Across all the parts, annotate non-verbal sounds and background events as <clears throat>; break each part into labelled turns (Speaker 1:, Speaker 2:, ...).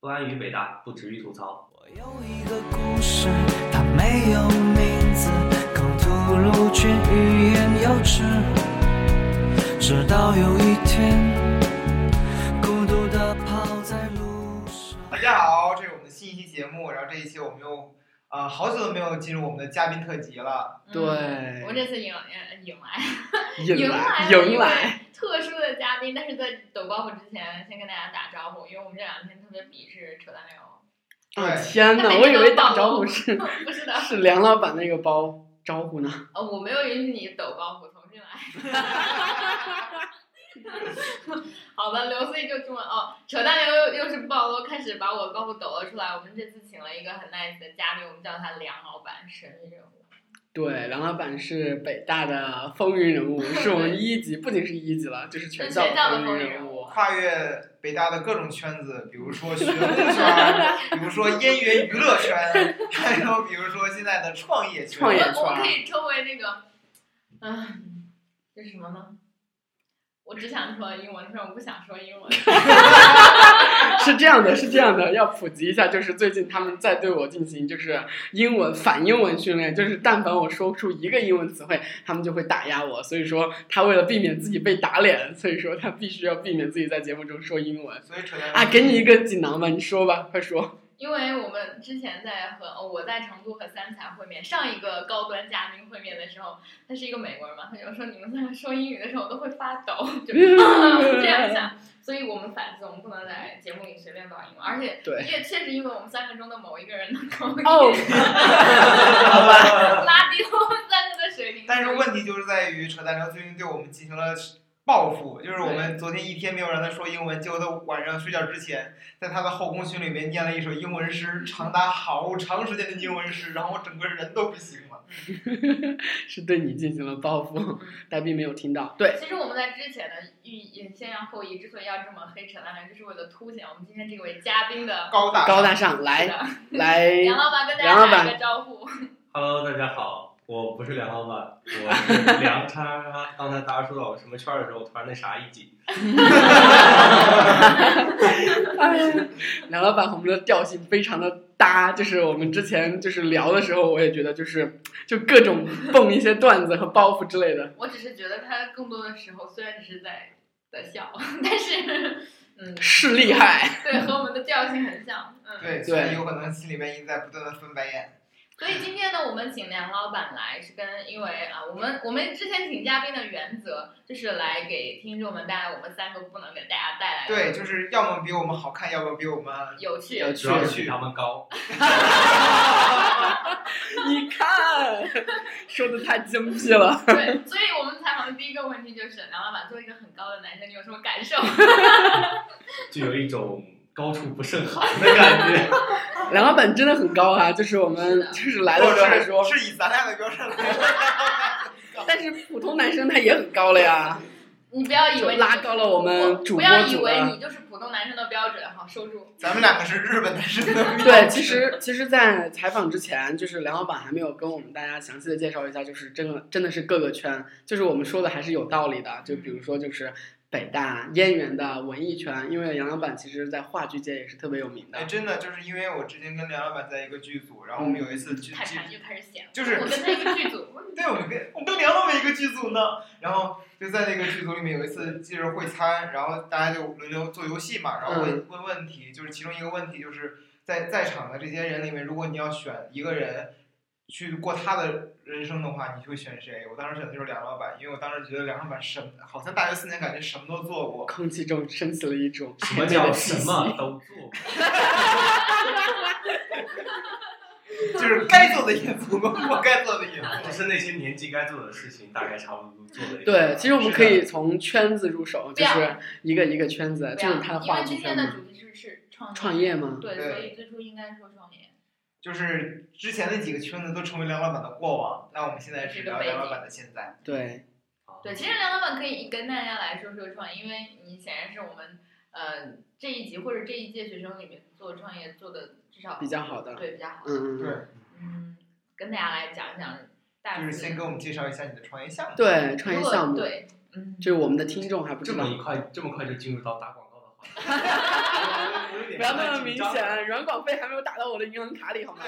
Speaker 1: 陆安于北大不止于吐槽。
Speaker 2: 我有一个故事，它没有名字，刚吐露却欲言又止。直到有一天，孤独的跑在路上。
Speaker 3: 大家好，这是我们的新一期节目，然后这一期我们又啊、呃好久都没有进入我们的嘉宾特辑了，
Speaker 4: 嗯
Speaker 5: 对
Speaker 4: 我这次迎呃迎来
Speaker 5: 迎
Speaker 4: 来了一
Speaker 5: 迎
Speaker 4: 位
Speaker 5: 来，
Speaker 4: 特殊的嘉宾，但是在抖包袱之前，先跟大家打招呼，因为我们这两天特别鄙视扯淡流。
Speaker 3: 对，
Speaker 5: 天
Speaker 4: 他
Speaker 5: 呐，
Speaker 4: 每
Speaker 5: 我
Speaker 4: 天
Speaker 5: 以
Speaker 4: 都
Speaker 5: 为
Speaker 4: 暴
Speaker 5: 打
Speaker 4: 露
Speaker 5: 招呼是
Speaker 4: <laughs>
Speaker 5: <laughs>
Speaker 4: 不是的，
Speaker 5: 是梁老板那个包招呼
Speaker 4: <laughs>
Speaker 5: 呢。
Speaker 4: 呃，我没有允许你抖包袱，重新来。 <laughs> 好吧，刘思怡就中了哦，扯淡流又又是暴露，开始把我的包袱抖了出来。我们这次请了一个很 nice 的嘉宾，我们叫他梁老板，神人物。
Speaker 5: 对，梁老板是北大的风云人物，是我们一级，不仅是一级了，就是全
Speaker 4: 是
Speaker 5: 校
Speaker 4: 全校的
Speaker 5: 风
Speaker 4: 风
Speaker 5: 云
Speaker 4: 云
Speaker 5: 人
Speaker 4: 人
Speaker 5: 物。
Speaker 3: 跨越北大的各种圈子，比如说学术圈，比如说烟云娱乐圈， <laughs> 还有比如说现在的创业圈，
Speaker 5: 创业
Speaker 4: 我我
Speaker 5: 圈
Speaker 4: 可以称为那个，嗯，这是什么呢？我只想说英文，但是我不想说英 <laughs> 文。
Speaker 5: <laughs> 是这样的，是这样的，要普及一下，就是最近他们在对我进行就是英文反英文训练，就是但凡我说出一个英文词汇，他们就会打压我。所以说，他为了避免自己被打脸，所以说他必须要避免自己在节目中说英文。
Speaker 3: 所以扯淡
Speaker 5: 啊，给你一个锦囊吧，你说吧，快说。
Speaker 4: 因为我们之前在和哦我在成都和三彩会面，上一个高端嘉宾会面的时候，他是一个美国人嘛，他就说你们三个说英语的时候，我都会发抖， <laughs> 就这样想。所以我们反思，我们不能在节目里随便乱用，而且
Speaker 5: 对
Speaker 4: 也确实因为我们三个中的某一个人的口音，
Speaker 5: 哦，
Speaker 4: <laughs> 拉低了我们三个的水平。
Speaker 3: 但是问题就是在于扯淡聊最近对我们进行了报复，就是我们昨天一天没有让他说英文，结果他晚上睡觉之前，在他的后宫群里面念了一首英文诗，长达好长时间的英文诗，然后我整个人都不行了。
Speaker 5: 是对你进行了报复，呆逼没有听到。对，
Speaker 4: 其实我们在之前的预先让后羿之所以要这么黑扯淡呢，就是为了凸显我们今天这位嘉宾的
Speaker 3: 高大
Speaker 5: 高
Speaker 3: 上
Speaker 5: 大上，
Speaker 4: 是
Speaker 5: 来
Speaker 4: 的
Speaker 5: 来，
Speaker 4: 杨老板跟大
Speaker 5: 哎杨
Speaker 4: 家
Speaker 5: 老
Speaker 4: 打
Speaker 5: 板
Speaker 4: 一个招呼。
Speaker 1: Hello，大家好，我不是梁老板，我是梁叉叉。刚才大家说到我什么圈儿的时候，我突然那啥一紧，
Speaker 5: <laughs> 梁老板和我们的调性非常的搭，就是我们之前就是聊的时候，我也觉得就是就各种蹦一些段子和包袱之类的。
Speaker 4: 我只是觉得他更多的时候虽然只是在在笑， <laughs> 但是嗯，
Speaker 5: 是厉害，
Speaker 4: 对，和我们的调性很像。嗯，。
Speaker 3: 对，所以有可能心里面一直在不断的翻白眼。
Speaker 4: 所以今天呢，我们请梁老板来是跟因为啊，我们我们之前请嘉宾的原则就是来给听众们带来我们三个不能给大家带来
Speaker 3: 对，
Speaker 4: 的
Speaker 3: 就是要么比我们好看，要么比我们
Speaker 4: 有趣。 <laughs>
Speaker 5: 有
Speaker 1: 主
Speaker 5: 趣
Speaker 1: 要是比他们高。
Speaker 5: 你看， <laughs> 说的太精辟了。
Speaker 4: 对，所以我们采访的第一个问题就是梁老板作为一个很高的男生，你有什么感受？ <laughs>
Speaker 1: 就有一种高处不胜寒的感觉。
Speaker 5: 梁老板真的很高啊，就是
Speaker 4: 是
Speaker 5: 我们
Speaker 4: 的
Speaker 5: 就是来
Speaker 3: 或
Speaker 5: 的时候
Speaker 3: 者
Speaker 5: 说，
Speaker 3: 是以咱俩的标准来
Speaker 5: 但是普通男生他也很高了呀，
Speaker 4: 你不要以为你
Speaker 5: 就拉高了我们主
Speaker 4: 不
Speaker 5: 播
Speaker 4: 要以
Speaker 5: 组
Speaker 4: 为
Speaker 5: 的
Speaker 4: 你就是普通男生的标准哈，收住。
Speaker 3: 咱们两个是日本男生的标准
Speaker 5: 对，其实其实，在采访之前，就是梁老板还没有跟我们大家详细的介绍一下，就是真的真的是各个圈，就是我们说的还是有道理的。就比如说，就是北大、燕园的文艺圈，因为梁老板其实，在话剧界也是特别有名
Speaker 3: <laughs>
Speaker 5: 的
Speaker 3: 哎，。真的就是因为我之前跟梁老板在一个剧组，然后我们有一次剧
Speaker 4: 太
Speaker 3: 剧
Speaker 4: 馋就开始写了，
Speaker 3: 就是
Speaker 4: 我跟他一个剧组，
Speaker 3: 对，我们跟我跟梁老板一个剧组呢，然后就在那个剧组里面有一次记者会餐，然后大家就轮流做游戏嘛，然后问问问题，就是其中一个问题就是在在场的这些人里面，如果你要选一个人去过他的人生的话，你会选谁？我当时选的就是梁老板，因为我当时觉得梁老板什么好像大学四年感觉什么都做
Speaker 5: <laughs>
Speaker 3: 过，
Speaker 5: 空气中升起了一种
Speaker 1: 什
Speaker 5: 暧
Speaker 1: 么
Speaker 5: 昧
Speaker 1: 叫
Speaker 5: 的气
Speaker 1: 什
Speaker 5: 息。
Speaker 1: 么都做？
Speaker 3: 就是该做的也做过，不该做的也做
Speaker 1: 就
Speaker 3: 过。
Speaker 1: 是那些年纪该做的事情，大概差不多都做了一遍。
Speaker 5: <laughs> 对，其实我们可
Speaker 1: 是
Speaker 5: 以
Speaker 1: 的
Speaker 5: 从圈子入手，
Speaker 4: 不
Speaker 5: 就
Speaker 4: 要
Speaker 5: 是一个一个圈子，
Speaker 4: 不
Speaker 5: <laughs> 就
Speaker 4: 要
Speaker 5: 是他的
Speaker 4: 因
Speaker 5: 话
Speaker 4: 为
Speaker 5: 剧
Speaker 4: 今天
Speaker 5: 圈
Speaker 4: 的
Speaker 5: 嘛。
Speaker 4: 主题是是创
Speaker 5: 创业吗？
Speaker 4: 对，
Speaker 3: 对
Speaker 4: 所以最初应该说创业。
Speaker 3: 就是之前那几个圈子都成为梁老板的过往，那我们现在是聊梁老板的现在。
Speaker 5: 对，
Speaker 4: 对，其实梁老板可以跟大家来说说创业，因为你显然是我们呃这一级或者这一届学生里面做创业做的至少
Speaker 5: 比较好的
Speaker 4: 对比较好的。
Speaker 5: 嗯，
Speaker 3: 对
Speaker 5: 嗯，
Speaker 4: 嗯，跟大家来讲讲大
Speaker 3: 就是
Speaker 4: 致
Speaker 3: 先给我们介绍一下你的创业项目。
Speaker 5: 对，创业
Speaker 4: 如果
Speaker 5: 项目，
Speaker 4: 对，嗯，
Speaker 5: 就是我们的听众还不
Speaker 1: 这
Speaker 5: 知
Speaker 1: 么
Speaker 5: 道。
Speaker 1: <laughs> 一快，这么快就进入到打广告的话题。有一点
Speaker 5: 不要那么
Speaker 1: 太
Speaker 5: 明
Speaker 1: 紧张了。
Speaker 5: 显，软广费还没有打到我的银行卡里，好吗？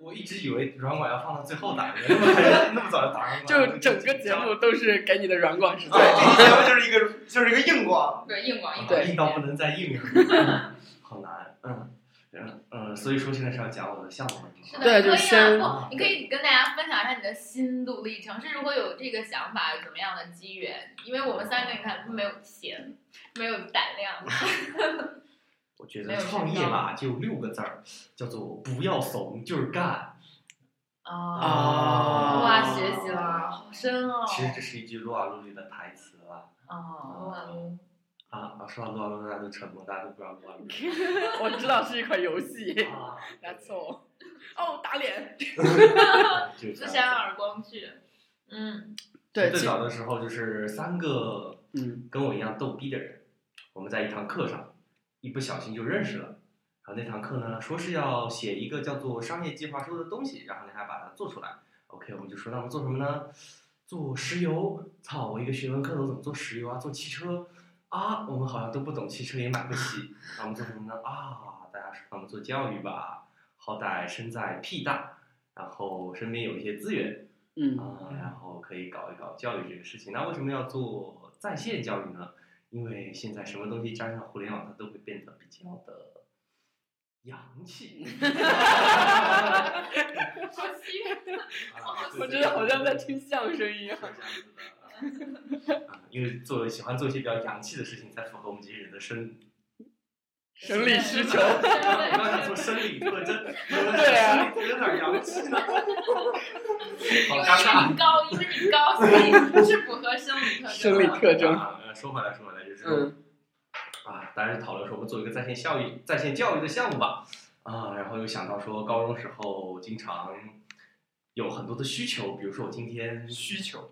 Speaker 1: 我一直以为软广要放到最后打的，那么那么早就打上了，
Speaker 5: 就整个节目都是给你的软广时
Speaker 3: 对，
Speaker 5: <laughs>
Speaker 3: 这
Speaker 5: 间。
Speaker 3: 期节目就是一个 <laughs> 就是一个硬广，
Speaker 4: 对，硬广硬
Speaker 1: 啊
Speaker 4: 广。
Speaker 1: 硬到不能再硬
Speaker 4: <laughs>
Speaker 1: 了，好难，嗯，嗯嗯，所以说现在是要讲我的项目了
Speaker 4: 是
Speaker 1: 吗？
Speaker 4: 的，
Speaker 5: 对
Speaker 4: 可以
Speaker 5: 就先
Speaker 4: 啊，不，你可以跟大家分享一下你的心路历程，是如果有这个想法，有什么样的机缘？因为我们三个你看没有钱，没有
Speaker 1: <laughs>
Speaker 4: 胆量，
Speaker 1: 我觉
Speaker 4: 没
Speaker 1: 得
Speaker 4: 有
Speaker 1: 创业嘛，就六个字儿，叫做不要怂，就是干。
Speaker 5: 哦
Speaker 4: 啊哇，学习了，好深哦，
Speaker 1: 其实这啊是一嗯句撸啊撸里的台词了
Speaker 4: 哦，哇哦，
Speaker 1: 啊！啊，说到撸啊撸，大家都沉默，大家都不知道撸啊撸。
Speaker 5: 我知道是一款游戏。
Speaker 4: <laughs>
Speaker 1: 啊
Speaker 5: That's all。哦， <laughs> 打脸。
Speaker 1: 啊就是这
Speaker 4: 自
Speaker 1: 样
Speaker 4: 扇耳光去，嗯，
Speaker 5: 对，
Speaker 1: 最
Speaker 5: 其
Speaker 1: 早的时候就是三个
Speaker 5: 嗯，
Speaker 1: 跟我一样逗逼的人，我们在一堂课上一不小心就认识了。然后那堂课呢，说是要写一个叫做商业计划书的东西，然后你还把它做出来。OK，我们就说那我们做什么呢？做石油。操，我一个学文科的，我怎么做石油啊？做汽车啊？我们好像都不懂汽车，也买不起。那我们做什么呢？啊，大家说那我们做教育吧，好歹身在屁大，然后身边有一些资源，
Speaker 5: 嗯，
Speaker 1: 啊，然后可以搞一搞教育这个事情。那为什么要做在线教育呢？因为现在什么东西加上互联网，它都会变得比较的洋
Speaker 5: <laughs>
Speaker 1: 气。
Speaker 4: 好气，
Speaker 1: 啊
Speaker 5: 我觉得好像在听相声 <laughs> 一样。
Speaker 1: 啊因为做喜欢做一些比较洋气的事情，才符合我们这些人的
Speaker 5: <laughs>
Speaker 1: 生。
Speaker 5: 生理需 <laughs> 求
Speaker 1: 我刚想说
Speaker 4: 对
Speaker 1: 生理特征，
Speaker 5: 对
Speaker 1: <laughs>
Speaker 5: 啊，
Speaker 1: 有点洋气
Speaker 5: <laughs>
Speaker 1: 呢。 <laughs> 好
Speaker 4: 因
Speaker 1: 尴尬
Speaker 4: 为。你高，因为你高，所以是符合生理特征的。
Speaker 5: 生理特征。
Speaker 1: 啊，呃说回来，说回来就是。
Speaker 5: 嗯
Speaker 1: 啊，大家就讨论说我们做一个在线教育、在线教育的项目吧。啊，然后又想到说高中时候经常有很多的需求，比如说我今天
Speaker 3: 需求。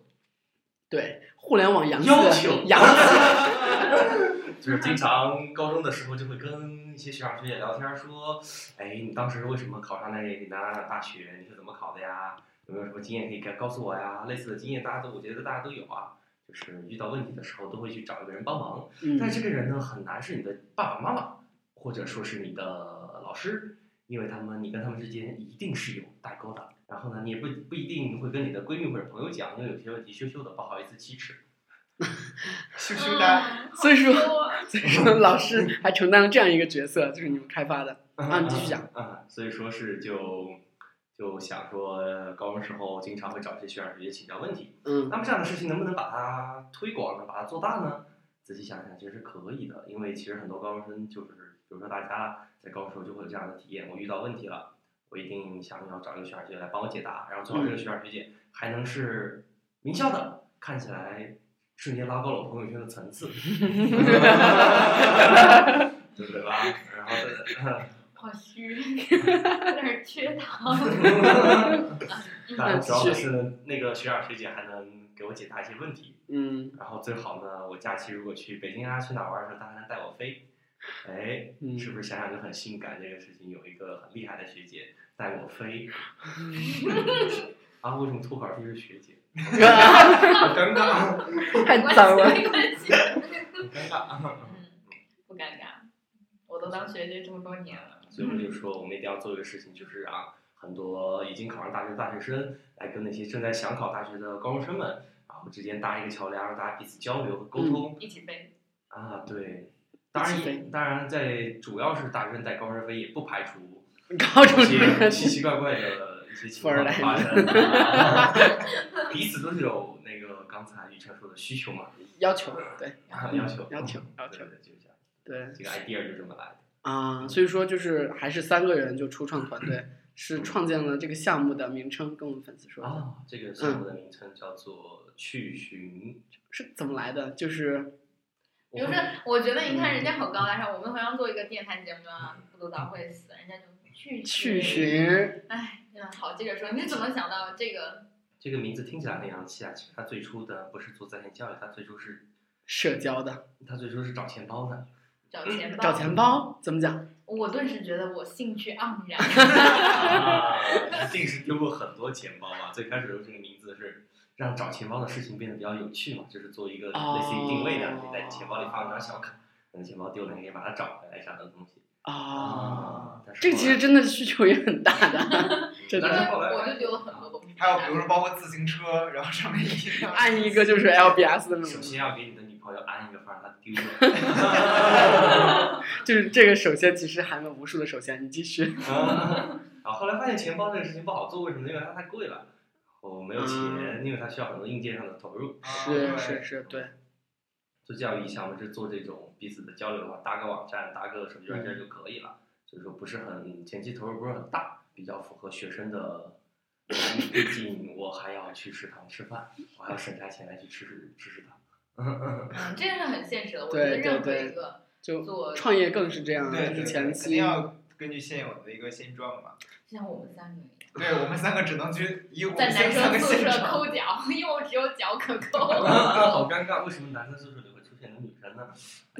Speaker 5: 对，互联网洋气
Speaker 1: 要求
Speaker 5: <laughs> 的洋气。
Speaker 1: <laughs> 就是经常高中的时候就会跟一些学长学姐聊天说，哎，你当时为什么考上那哪哪哪大学？你是怎么考的呀？有没有什么经验可以告告诉我呀？类似的经验，大家都我觉得大家都有啊，就是遇到问题的时候都会去找一个人帮忙。
Speaker 5: 嗯
Speaker 1: 但这个人呢，很难是你的爸爸妈妈，或者说是你的老师，因为他们你跟他们之间一定是有代沟的。然后呢，你也不不一定会跟你的闺蜜或者朋友讲，因为有些问题羞羞的不好意思启齿。
Speaker 3: 羞羞哒，
Speaker 4: 嗯
Speaker 5: 所以说
Speaker 4: 好多
Speaker 5: 所以说老师还承担了这样一个角色，就是你们开发的。
Speaker 1: 啊
Speaker 5: 啊你继续讲。
Speaker 1: 啊，所以说是就就想说，呃高中时候经常会找一些学长学姐请教问题。
Speaker 5: 嗯
Speaker 1: 那么这样的事情能不能把它推广呢？把它做大呢？仔细想想，其实是可以的，因为其实很多高中生就是，比如说大家在高中时候就会有这样的体验：我遇到问题了，我一定想要找一个学长学姐来帮我解答，然后最好这
Speaker 5: 嗯
Speaker 1: 个学长学姐还能是名校的，看起来瞬间拉高了我朋友圈的层
Speaker 5: <laughs>
Speaker 1: 次， <laughs> 对不对吧？然后
Speaker 4: 好虚，有点缺
Speaker 1: <laughs>
Speaker 4: 糖。
Speaker 1: 当然，
Speaker 5: 嗯
Speaker 1: 主要
Speaker 5: 是
Speaker 1: 是那个学长学姐还能给我解答一些问题，
Speaker 5: <laughs> 嗯
Speaker 1: 然后最好呢，我假期如果去北京啊，去哪儿玩的时候，他还能带我飞。哎，
Speaker 5: 嗯
Speaker 1: 是不是想想就很性感？这个事情有一个很厉害的学姐带我
Speaker 5: <laughs>
Speaker 1: 飞，啊，为什么脱口而出是学姐？
Speaker 4: 嗯
Speaker 1: 好尴
Speaker 3: 啊
Speaker 4: <laughs>
Speaker 1: 尬，
Speaker 5: 太脏了。
Speaker 4: 没关 <laughs> 系。
Speaker 1: 很尴尬。
Speaker 4: 嗯，不尴尬，我都当学姐这么多年了。
Speaker 1: 所以我就说，我们一定要做一个事情，就是让、很多已经考上大学的大学生，来跟那些正在想考大学的高中生们，然后之间搭一个桥梁，让大家彼此交流和沟通。
Speaker 4: 一起背，
Speaker 1: 啊，对，当
Speaker 5: 起
Speaker 1: 然
Speaker 5: 飞
Speaker 1: 也当然在主要是大学生带高中飞，也不排
Speaker 5: <laughs>
Speaker 1: 除
Speaker 5: 高中
Speaker 1: 一些
Speaker 5: 生
Speaker 1: 奇奇怪怪的一些情
Speaker 5: 富
Speaker 1: 况
Speaker 5: 二代
Speaker 1: 发生啊。
Speaker 5: <laughs>
Speaker 1: 彼此都是有那个刚才雨辰说的需求嘛，
Speaker 5: 要求，对
Speaker 1: 要求
Speaker 5: 要求
Speaker 1: 嗯
Speaker 5: 要
Speaker 1: 对
Speaker 5: 求
Speaker 1: 对就这样，
Speaker 5: 对
Speaker 1: 这个 idea 就这么来的。
Speaker 3: 嗯
Speaker 5: 啊，所以说就是还是三个人就初创团队，是创建了这个项目的名称，跟我们粉丝
Speaker 3: 哦
Speaker 5: 说的
Speaker 1: 啊，这个项
Speaker 5: 嗯
Speaker 1: 目的名称叫做去寻。
Speaker 5: 是怎么来的？就是
Speaker 4: 比如说
Speaker 1: 我，
Speaker 4: 我觉得你看人家很高大上，我们同样做一个电台节目啊，不读早会死，人家就去
Speaker 5: 去。寻
Speaker 4: 哎，嗯，好，接着说，你怎么想到这个？
Speaker 1: 这个名字听起来很洋气啊，其实它最初的不是做在线教育，它最初是
Speaker 5: 社交的，
Speaker 1: 它最初是找钱包的。
Speaker 4: 找钱包，
Speaker 5: 找钱包怎么讲？
Speaker 4: 我顿时觉得我兴趣盎 <laughs>
Speaker 1: <laughs>
Speaker 4: 然。
Speaker 1: 啊，一定是丢过很多钱包嘛。最开始用这个名字是让找钱包的事情变得比较有趣嘛，就是做一个类似于定位的，
Speaker 5: 哦
Speaker 1: 你在钱包里放一张小卡，可能钱包丢了，你得把它找回来啥的东西。
Speaker 3: 哦
Speaker 5: 啊，
Speaker 1: 啊，但是
Speaker 5: 这个其实真的需求也很大 <laughs> 的，
Speaker 1: 后来
Speaker 5: 真的
Speaker 1: 但是
Speaker 4: 因
Speaker 1: 后来
Speaker 4: 为我就丢了很多东西。
Speaker 3: 还有比如说包括自行车，然后上面一辆
Speaker 5: <laughs> 按一个就是 LBS 的那
Speaker 1: 首
Speaker 5: 种，
Speaker 1: 先要给你的女朋友安一个，不然她丢了。
Speaker 5: <laughs> 就是这个首先其实含了无数的首先。你继续，
Speaker 3: 哦
Speaker 1: 啊，然后后来发现钱包这个事情不好做，为什么呢？因为它太贵了，我没有钱，
Speaker 5: 嗯
Speaker 1: 因为它需要很多硬件上的投入。
Speaker 3: 啊
Speaker 5: 是
Speaker 3: 对
Speaker 5: 是是，对，
Speaker 1: 做教育意义上，我们是做这种彼此的交流的话，搭个网站、搭个手机
Speaker 5: 嗯
Speaker 1: 软件就可以了，所以说不是很前期投入不是很大，比较符合学生的。毕竟我还要去食堂吃饭，我还要省下钱来去吃吃食堂。
Speaker 4: 嗯，这个是很现实的，我觉
Speaker 5: 对
Speaker 4: 得任何
Speaker 5: 对对
Speaker 4: 一个
Speaker 5: 就
Speaker 4: 做，就
Speaker 5: 创业更是这样，
Speaker 3: 对，
Speaker 5: 就
Speaker 3: 对
Speaker 5: 是
Speaker 3: 对
Speaker 5: 前
Speaker 3: 肯定
Speaker 5: 期
Speaker 3: 要根据现有的一个现状嘛。
Speaker 4: 像我们三个一样，
Speaker 3: 对我们三个只能去以我
Speaker 4: 在
Speaker 3: 们三
Speaker 4: 男生
Speaker 3: 个
Speaker 4: 宿
Speaker 3: 现
Speaker 4: 舍
Speaker 3: 状。
Speaker 4: 抠脚，因为我只有脚可抠。
Speaker 1: 啊好尴尬，为什么男生宿舍里会出现女生呢？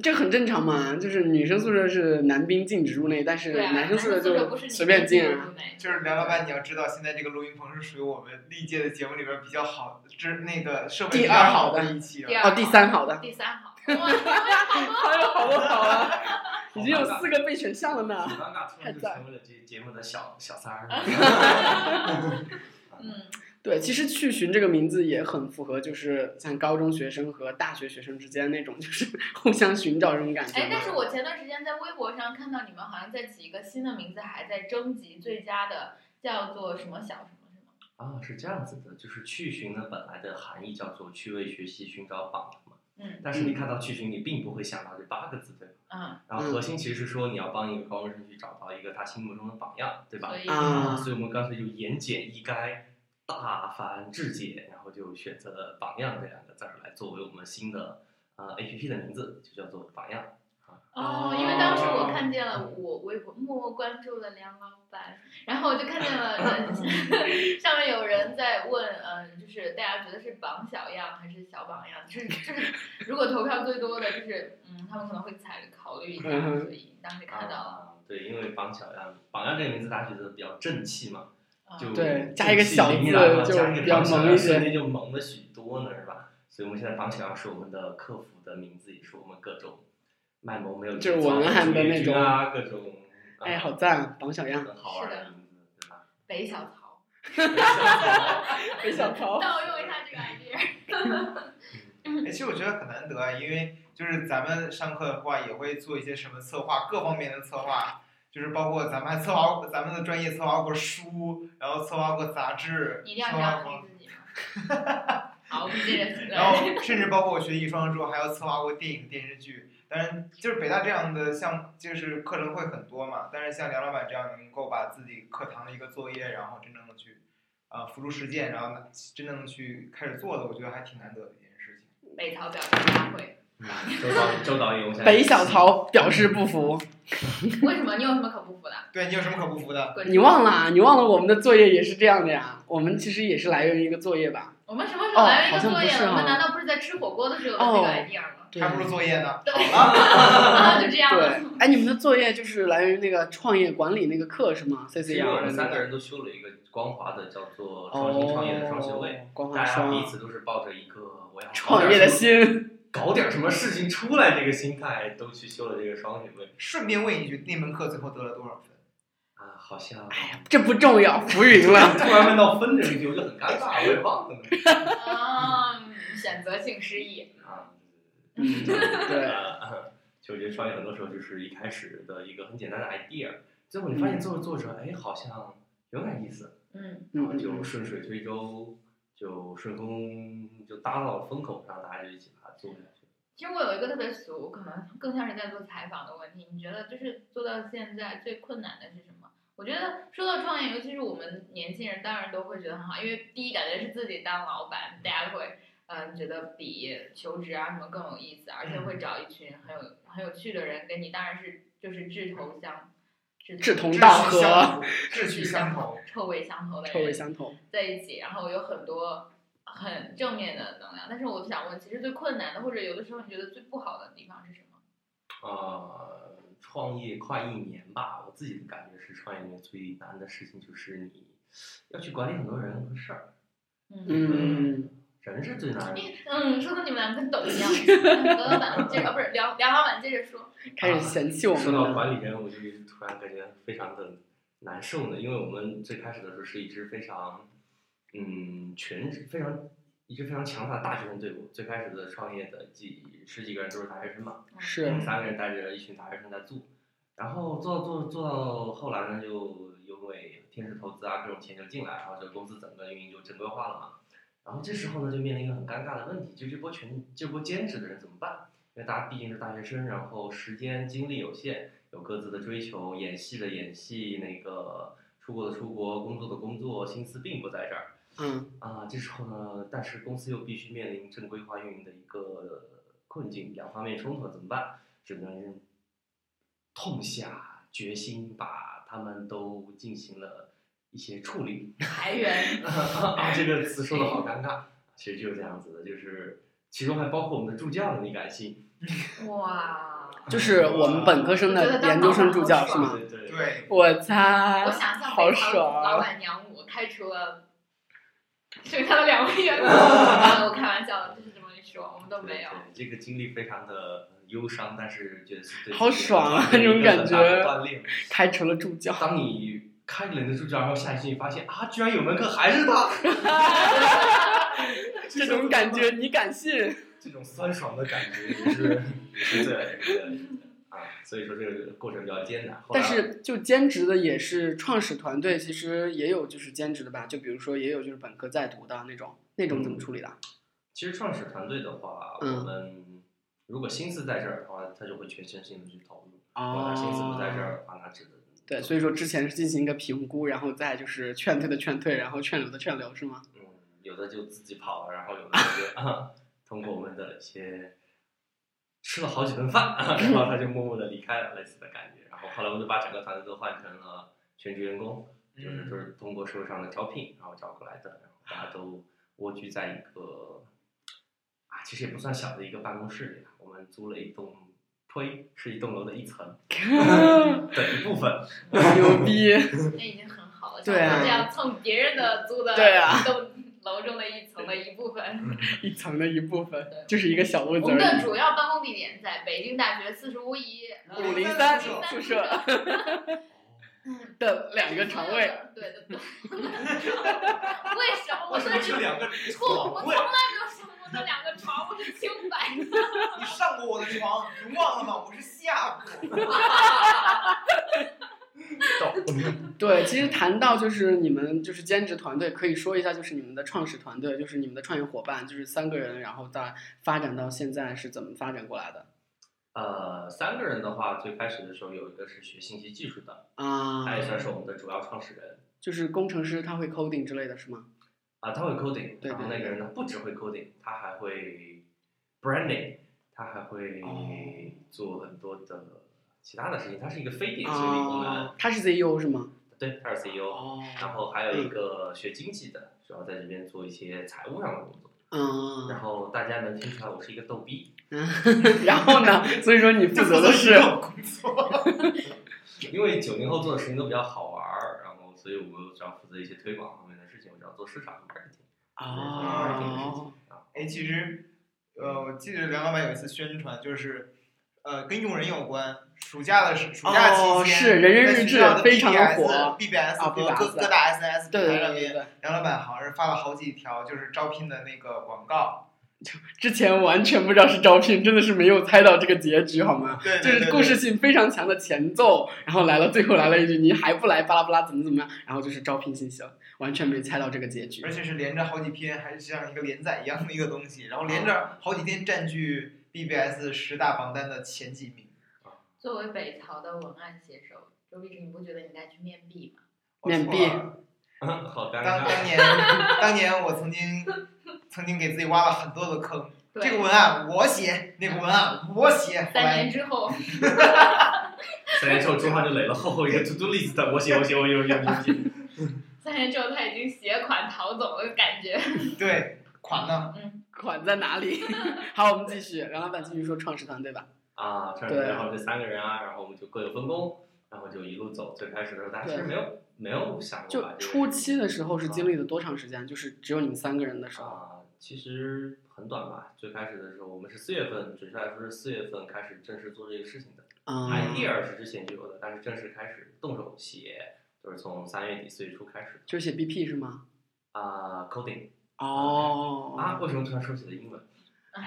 Speaker 5: 这很正常嘛，就是女生宿舍是男兵禁止入内，但是
Speaker 4: 对啊，
Speaker 5: 男生宿舍
Speaker 4: 不
Speaker 5: 就是
Speaker 4: 你
Speaker 5: 随便进啊。
Speaker 4: 入内
Speaker 3: 就是梁老板，你要知道，现在这个录音棚是属于我们历届的节目里边比较好，之那个设备
Speaker 5: 第
Speaker 3: 比较
Speaker 5: 二好
Speaker 3: 好
Speaker 5: 的
Speaker 3: 一期啊
Speaker 4: 第
Speaker 3: 了。
Speaker 4: 二
Speaker 5: 哦，第三好的，
Speaker 4: 第三好，哇，好多
Speaker 5: 哎呦， <laughs> 好不好啊？ <laughs> 已经有
Speaker 1: 好尴尬
Speaker 5: 四个备选项了呢。
Speaker 1: 好尴尬，突然就
Speaker 5: 啊太赞
Speaker 1: 成为了这节目的小小三儿。
Speaker 5: <laughs>
Speaker 4: 嗯，
Speaker 5: 对，其实去寻这个名字也很符合，就是像高中学生和大学学生之间那种，就是 <laughs> 互相寻找这种感觉嘛。
Speaker 4: 哎，但是我前段时间在微博上看到你们好像在起一个新的名字，还在征集最佳的，叫做什么小什么什么。
Speaker 1: 啊，是这样子的，就是去寻呢，本来的含义叫做趣味学习寻找榜嘛。
Speaker 4: 嗯
Speaker 1: 但是你看到去寻，你并不会想到这八个字，对吧？
Speaker 4: 嗯，
Speaker 1: 然后核心其实是说你要帮一个高中生去找到一个他心目中的榜样，对吧嗯
Speaker 4: 所？以
Speaker 5: 啊
Speaker 1: 所以我们干脆就言简意赅、大繁至简，然后就选择了“榜样”这两个字儿来作为我们新的呃 A P P 的名字，就叫做“榜样
Speaker 4: 哦，因为当时我看见了我微博，默默关注了梁老板，然后我就看见了、呃、上面有人在问，呃，就是大家觉得是榜小样还是小榜样？就是就是，如果投票最多的就是，嗯，他们可能会采考虑一下，
Speaker 5: 嗯哼
Speaker 4: 所以当时”。看到了，
Speaker 1: 啊，对，因为“榜小样”“榜样”这个名字大家觉得比较正气嘛，
Speaker 4: 啊
Speaker 1: 哦就
Speaker 5: 对加一个
Speaker 1: 正气
Speaker 5: 小
Speaker 1: 凛
Speaker 5: 字
Speaker 1: 然嘛
Speaker 5: 就
Speaker 1: 加一个
Speaker 5: 比较
Speaker 1: 绑小
Speaker 5: 萌
Speaker 1: 样
Speaker 5: 一
Speaker 1: 瞬
Speaker 5: 些
Speaker 1: 间就萌了许多呢，是吧？所以我们现在绑小样是我们的客服的名字，也是我们各种卖萌没有
Speaker 5: 就是
Speaker 1: 节操
Speaker 5: 文案的
Speaker 1: 主义
Speaker 5: 那
Speaker 1: 军
Speaker 5: 种
Speaker 1: 啊，各种啊
Speaker 5: 哎，好赞，榜小样，
Speaker 1: 很好玩
Speaker 4: 是
Speaker 1: 的
Speaker 4: 的
Speaker 1: 名字，对吧？
Speaker 4: 北小曹，
Speaker 5: 北小桃。
Speaker 4: 盗用一下这个 idea。
Speaker 3: 哎，其实我觉得很难得啊，因为就是咱们上课的话也会做一些什么策划，各方面的策划，就是包括咱们还策划过，咱们的专业策划过书，然后策划过杂志，
Speaker 4: 你一定要
Speaker 3: 策
Speaker 4: 这
Speaker 3: 划
Speaker 4: 样
Speaker 3: 过，
Speaker 4: 黑自己吗？好，我们接着
Speaker 3: 然后甚至
Speaker 4: <laughs>
Speaker 3: 包括我学艺双之后还要策划过电影、电视剧。但是就是北大这样的像就是课程会很多嘛，但是像梁老板这样能够把自己课堂的一个作业，然后真正的去啊、付诸实践，然后拿真正的去开始做的，我觉得还挺难得的一件事情。
Speaker 4: 北曹表情大会，
Speaker 1: 嗯周导周导演，我想
Speaker 5: 北小桃表示不服，
Speaker 4: 为什么？你有什么可不服的？
Speaker 3: 对你有什么可不服的？
Speaker 4: 滚
Speaker 5: 你忘了啊？你忘了我们的作业也是这样的呀？我们其实也是来源于一个作业吧？
Speaker 4: 我们什么时候来了一个作业
Speaker 5: 哦好像不是
Speaker 4: 了？
Speaker 5: 啊
Speaker 4: 我们难道不是在吃火锅的时候有这个
Speaker 5: 哦
Speaker 4: idea 吗？
Speaker 5: 对
Speaker 3: 还不如作业呢。
Speaker 4: 对 <laughs>
Speaker 3: 好了，
Speaker 4: 啊，就这样了。
Speaker 5: 对，哎，你们的作业就是来源于那个创业管理那个课是吗？C
Speaker 1: 其
Speaker 5: C
Speaker 1: 实
Speaker 5: R
Speaker 1: 我
Speaker 5: 的
Speaker 1: 们
Speaker 5: 那
Speaker 1: 啊三个
Speaker 5: 个。
Speaker 1: 人都修了一个光华的，叫做创新创业的双学位，
Speaker 5: 哦，光
Speaker 1: 大
Speaker 5: 华
Speaker 1: 家彼
Speaker 5: 双
Speaker 1: 此都是抱着一个我要搞
Speaker 5: 创
Speaker 1: 点
Speaker 5: 业的
Speaker 1: 什么
Speaker 5: 心，
Speaker 1: 搞点什么事情出来这个心态，都去修了这个双学位
Speaker 3: 顺便问一句，那门课最后得了多少分？
Speaker 1: 啊，好像
Speaker 5: 哎呀，这不重要，浮
Speaker 1: <laughs>
Speaker 5: 云了。
Speaker 1: 突然问到分这个问题，我就很尴尬，我也忘了呢。
Speaker 4: 啊，嗯选择性失忆。
Speaker 1: 啊，
Speaker 5: 嗯，
Speaker 1: <laughs>
Speaker 5: 对。
Speaker 1: 呃，就我觉得创业很多时候就是哎一开始的一个很简单的 idea，最后你发现做着做着，哎，好像有点意思，
Speaker 4: 嗯，
Speaker 1: 然后就顺水推舟，就顺风就搭到了风口上，大家就一起把它做下去。
Speaker 4: 其实我有一个特别俗，可能更像是在做采访的问题。你觉得就是做到现在最困难的是什么？我觉得说到创业，尤其是我们年轻人，当然都会觉得很好，因为第一感觉是自己当老板，大家会嗯、觉得比求职啊什么更有意思，而且
Speaker 5: 嗯
Speaker 4: 会找一群很有很有趣的人跟你，当然是就是志同相
Speaker 5: 志同
Speaker 3: 志
Speaker 5: 道
Speaker 3: 趣相
Speaker 5: <laughs>
Speaker 3: 投，
Speaker 5: 合
Speaker 3: 志趣相投。
Speaker 4: 臭味相投的人
Speaker 5: 臭味相投。
Speaker 4: 在一起，然后有很多很正面的能量。但是我想问，其实最困难的，或者有的时候你觉得最不好的地方是什么？
Speaker 1: 呃，创业快一年吧，我自己的感觉是，创业里面最难的事情就是你要去管理很多人和事儿。
Speaker 4: 嗯
Speaker 5: 嗯，
Speaker 1: 人是最难的。
Speaker 4: 嗯，说的你们两个跟抖一
Speaker 5: <laughs>
Speaker 4: 样。嗯刘老板接着，啊不是梁梁老板接着说，
Speaker 5: 开始嫌弃我
Speaker 1: 说
Speaker 5: 们
Speaker 1: 到
Speaker 5: 了。
Speaker 1: 管理人，我就突然感觉非常的难受呢，因为我们最开始的时候是一支非常，嗯，全非常一支非常强大的大学生队伍。最开始的创业的几十几个人都是大学生嘛，我
Speaker 5: 是
Speaker 1: 们三个人带着一群大学生在做，然后做到做做到后来呢，就因为天使投资啊各种钱就进来，然后这个公司整个运营就正规化了嘛。然后这时候呢，就面临一个很尴尬的问题，就这波全这波兼职的人怎么办？因为大家毕竟是大学生，然后时间精力有限，有各自的追求，演戏的演戏，那个出国的出国，工作的工作，心思并不在这儿。
Speaker 5: 嗯
Speaker 1: 啊，这时候呢，但是公司又必须面临正规化运营的一个困境，两方面冲突怎么办？只能痛下决心把他们都进行了一些处理。 <laughs>
Speaker 4: 裁员。
Speaker 1: 啊，这个词说的好尴尬，其实就是这样子的，就是其中还包括我们的助教呢，你敢信？
Speaker 4: 哇，
Speaker 5: 就是我们本科生的研究生助教是吗？
Speaker 1: 对对
Speaker 3: 对，
Speaker 5: 我擦，
Speaker 4: 我想象
Speaker 5: 啊好
Speaker 4: 被淘宝老
Speaker 5: 爽！啊
Speaker 4: 板娘我开除了，剩下的两个
Speaker 5: <laughs>
Speaker 4: 员工。啊我开玩笑的，就是这么一说，我们都没有。
Speaker 1: 对这个经历非常的忧伤，但是觉得是对
Speaker 5: 好
Speaker 1: 自己的
Speaker 5: 爽啊
Speaker 1: 锻炼
Speaker 5: 这种
Speaker 1: 一个很
Speaker 5: 感
Speaker 1: 大的锻
Speaker 5: 觉
Speaker 1: 炼。
Speaker 5: 开除了助教，
Speaker 1: 当你开了你的助教，然后下一期你发现啊，居然有门课还是
Speaker 5: <laughs>
Speaker 1: 他，
Speaker 5: 这种感觉你敢信？
Speaker 1: 这种酸爽的感觉也是也是对对啊，所以说这个过程比较艰难。后来
Speaker 5: 但是就兼职的也是创始团队，其实也有就是兼职的吧，就比如说也有就是本科在读的那种，那种怎么处理的？
Speaker 1: 其实创始团队的话，
Speaker 5: 嗯
Speaker 1: 我们如果心思在这儿的话，他就会全身心的去投入；如果
Speaker 5: 哦
Speaker 1: 他，心思不嗯在这儿的话，那只能
Speaker 5: 对，所以说之前是进行一个评估，然后再就是劝退的劝退，然后劝留的劝留，是吗？ <laughs>
Speaker 1: 嗯，有的就自己跑了，然后有的就、啊、通过我们的一些吃了好几顿饭，然后他就默默的离开了，类似的感觉。然后后来我们就把整个团队都换成了全职员工，就是就
Speaker 3: 嗯，
Speaker 1: 是通过社会上的招聘，然后招过来的，然后大家都蜗居在一个啊，其实也不算小的一个办公室里啊，我们租了一栋推，是一栋楼的一层的一部分，
Speaker 5: 牛逼！
Speaker 4: 那已经很好了，
Speaker 5: 对
Speaker 3: 啊
Speaker 4: 像这样蹭别人的租的
Speaker 5: 对啊
Speaker 4: 一栋楼中的一层的一部分。
Speaker 5: 一层的一部分，就是一个小屋 <laughs>
Speaker 4: 我
Speaker 5: 子
Speaker 4: 们
Speaker 5: 而
Speaker 4: 的
Speaker 5: 已。
Speaker 4: 主要办公地点在北京大学四十五一呃
Speaker 5: 五零三
Speaker 4: 宿
Speaker 5: 宿
Speaker 4: 舍
Speaker 5: 舍
Speaker 4: <laughs>
Speaker 5: 的两个床位，。
Speaker 4: 对对对。 <laughs> 为什么我说
Speaker 1: 是两个
Speaker 4: 不，我
Speaker 1: 床
Speaker 4: 从
Speaker 1: 位
Speaker 4: 来没有想过这两个床我是清白的。 <laughs>
Speaker 3: 你上过我的床，你忘了吗？我是下铺。
Speaker 5: 对，其实谈到就是你们就是兼职团队，可以说一下就是你们的创始团队，就是你们的创业伙伴，就是三个人，然后再发展到现在是怎么发展过来的
Speaker 1: <laughs> 呃，三个人的话，最开始的时候有一个是学信息技术的，
Speaker 5: 啊？
Speaker 1: 他也算是我们的主要创始人
Speaker 5: 就是工程师他会 coding 之类的是吗？
Speaker 1: 啊、他会 coding，
Speaker 5: 对
Speaker 1: 然后
Speaker 5: 对
Speaker 1: 那个人呢不只会 coding，他还会 branding，他还会
Speaker 5: 哦
Speaker 1: 做很多的其他的事情，他是一个非典型理工男，
Speaker 5: 啊，他是 CEO 是吗？
Speaker 1: 对，他是 CEO，、
Speaker 5: 哦
Speaker 1: 然后还有一个学经济的，主要在这边做一些财务上的工作。
Speaker 5: 嗯，
Speaker 1: 然后大家能听出来我是一个逗逼，
Speaker 5: 然后呢？所以说你负责的是
Speaker 3: 工作，
Speaker 1: 因为九零后做的事情都比较好玩儿，然后所以我只要负责一些推广方面的事情，我只要做市场和 marketing， <laughs>
Speaker 5: 哦，
Speaker 3: <laughs> 哎，其实，呃，我记得梁老板有一次宣传，就是，呃，跟用人有关。暑假的时，暑假期间，
Speaker 5: 哦是人人日志非常的火
Speaker 3: BBS 和
Speaker 5: 啊
Speaker 3: 各
Speaker 5: BBS
Speaker 3: 各大 SNS
Speaker 5: 对
Speaker 3: 平台
Speaker 5: 对
Speaker 3: 上
Speaker 5: 对对
Speaker 3: 面，
Speaker 5: 对，
Speaker 3: 梁老板好像是发了好几条，就是招聘的那个广告。
Speaker 5: 之前完全不知道是招聘，真的是没有猜到这个结局好吗？
Speaker 3: 对，
Speaker 5: 就
Speaker 3: 对
Speaker 5: 是故事。性非常强的前奏，然后来了最后来了一句你还不来巴拉巴拉怎么怎么样，然后就是招聘信息了，完全没猜到这个结局
Speaker 3: 对对而。且是连着好几篇，还是像一个连载一样的一个东西，然后连
Speaker 5: 哦
Speaker 3: 着好几天占据 BBS 十大榜单的前几名。
Speaker 4: 作为北曹的文案写手，周碧你不觉得你应该去面壁吗？
Speaker 3: 我
Speaker 5: 面
Speaker 3: 错
Speaker 5: 壁
Speaker 3: 了
Speaker 1: 好尴
Speaker 3: 当当
Speaker 1: 尬。
Speaker 5: <laughs>
Speaker 3: 年，当年我曾经曾经给自己挖了很多的坑。
Speaker 4: 对
Speaker 3: 这个文案我写，那个文案我写，后
Speaker 4: 三年
Speaker 3: 来
Speaker 4: 之后，
Speaker 1: 三年之后，朱浩就垒了厚厚一个 to do list，我写我写我写我写我写。
Speaker 4: 三年之后他已经携款逃走了，感觉。 <laughs>
Speaker 3: 对款呢，
Speaker 5: 款在哪里？ <laughs> 好，我们继续，梁老板继续说创始团队吧。
Speaker 1: 啊，这样
Speaker 5: 对
Speaker 1: 然后这三个人啊，然后我们就各有分工，然后就一路走。最开始的时候，大家其实
Speaker 5: 对
Speaker 1: 没有没有想过
Speaker 5: 就
Speaker 1: 吧，
Speaker 5: 初期的时候是经历了多长时间？就是只有你们三个人的时候，
Speaker 1: 啊，其实很短吧。最开始的时候，我们是四月份，准确来说是四月份开始正式做这个事情的。
Speaker 3: 哎
Speaker 5: 嗯，
Speaker 1: idea 是之前就有的，但是正式开始动手写，就是从三月底四月初开始
Speaker 5: 就是写 BP 是吗？
Speaker 1: 啊、c o d i n g
Speaker 3: 哎
Speaker 5: 哦，
Speaker 1: 啊，为什么突然说起了英文？